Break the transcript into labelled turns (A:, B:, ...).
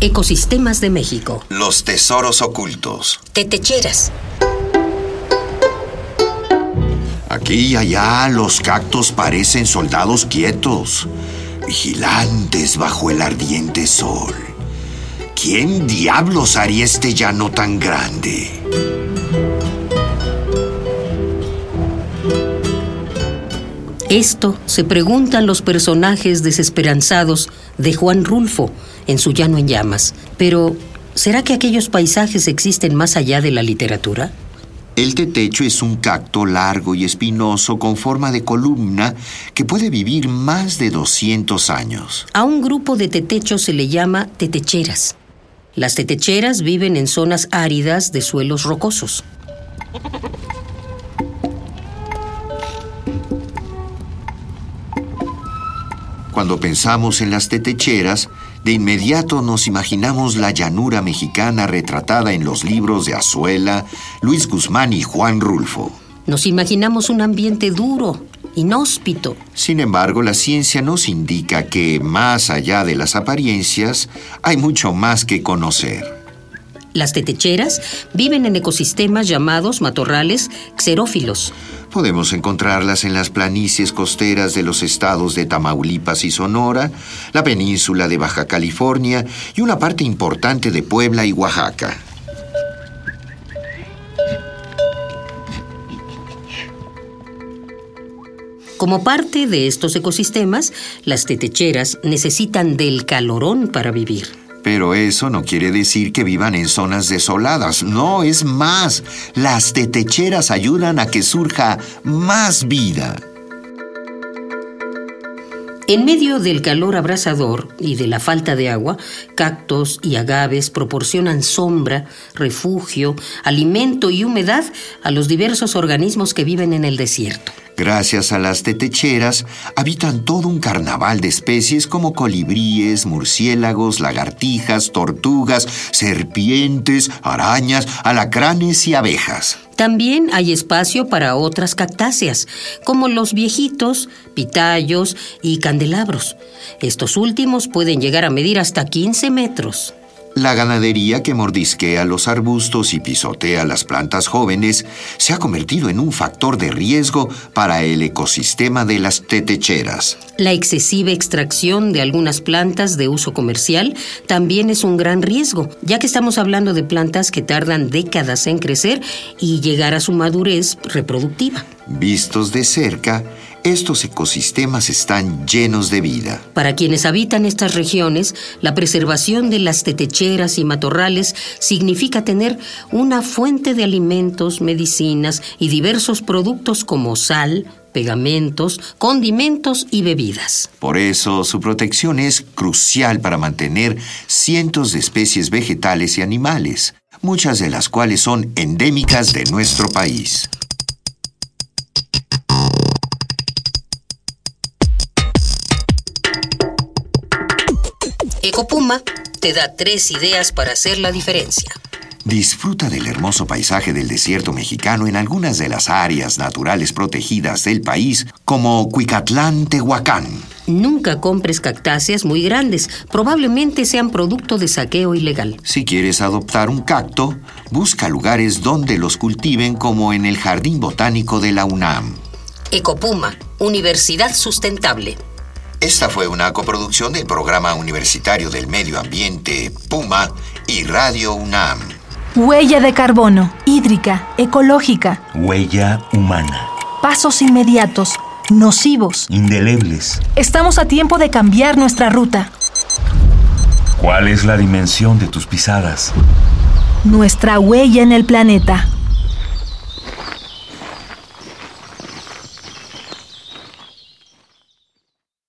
A: Ecosistemas de México.
B: Los tesoros ocultos.
A: Tetecheras.
B: Aquí y allá los cactos parecen soldados quietos, vigilantes bajo el ardiente sol. ¿Quién diablos haría este llano tan grande?
A: Esto se preguntan los personajes desesperanzados de Juan Rulfo en su Llano en Llamas. Pero, ¿será que aquellos paisajes existen más allá de la literatura?
B: El tetecho es un cacto largo y espinoso con forma de columna que puede vivir más de 200 años.
A: A un grupo de tetechos se le llama tetecheras. Las tetecheras viven en zonas áridas de suelos rocosos.
B: Cuando pensamos en las tetecheras, de inmediato nos imaginamos la llanura mexicana retratada en los libros de Azuela, Luis Guzmán y Juan Rulfo.
A: Nos imaginamos un ambiente duro, inhóspito.
B: Sin embargo, la ciencia nos indica que, más allá de las apariencias, hay mucho más que conocer.
A: Las tetecheras viven en ecosistemas llamados matorrales xerófilos.
B: Podemos encontrarlas en las planicies costeras de los estados de Tamaulipas y Sonora, la península de Baja California y una parte importante de Puebla y Oaxaca.
A: Como parte de estos ecosistemas, las tetecheras necesitan del calorón para vivir.
B: Pero eso no quiere decir que vivan en zonas desoladas. No, es más, las tetecheras ayudan a que surja más vida.
A: En medio del calor abrasador y de la falta de agua, cactos y agaves proporcionan sombra, refugio, alimento y humedad a los diversos organismos que viven en el desierto.
B: Gracias a las tetecheras, habitan todo un carnaval de especies como colibríes, murciélagos, lagartijas, tortugas, serpientes, arañas, alacranes y abejas.
A: También hay espacio para otras cactáceas, como los viejitos, pitayos y candelabros. Estos últimos pueden llegar a medir hasta 15 metros.
B: La ganadería que mordisquea los arbustos y pisotea las plantas jóvenes se ha convertido en un factor de riesgo para el ecosistema de las tetecheras.
A: La excesiva extracción de algunas plantas de uso comercial también es un gran riesgo, ya que estamos hablando de plantas que tardan décadas en crecer y llegar a su madurez reproductiva.
B: Vistos de cerca, estos ecosistemas están llenos de vida.
A: Para quienes habitan estas regiones, la preservación de las tetecheras y matorrales significa tener una fuente de alimentos, medicinas y diversos productos como sal, pegamentos, condimentos y bebidas.
B: Por eso, su protección es crucial para mantener cientos de especies vegetales y animales, muchas de las cuales son endémicas de nuestro país.
A: Ecopuma te da tres ideas para hacer la diferencia.
B: Disfruta del hermoso paisaje del desierto mexicano en algunas de las áreas naturales protegidas del país, como Cuicatlán, Tehuacán.
A: Nunca compres cactáceas muy grandes, probablemente sean producto de saqueo ilegal.
B: Si quieres adoptar un cacto, busca lugares donde los cultiven como en el Jardín Botánico de la UNAM.
A: Ecopuma, Universidad Sustentable.
B: Esta fue una coproducción del Programa Universitario del Medio Ambiente, Puma, y Radio UNAM.
C: Huella de carbono. Hídrica, ecológica.
D: Huella humana.
C: Pasos inmediatos. Nocivos.
D: Indelebles.
C: Estamos a tiempo de cambiar nuestra ruta.
D: ¿Cuál es la dimensión de tus pisadas?
C: Nuestra huella en el planeta.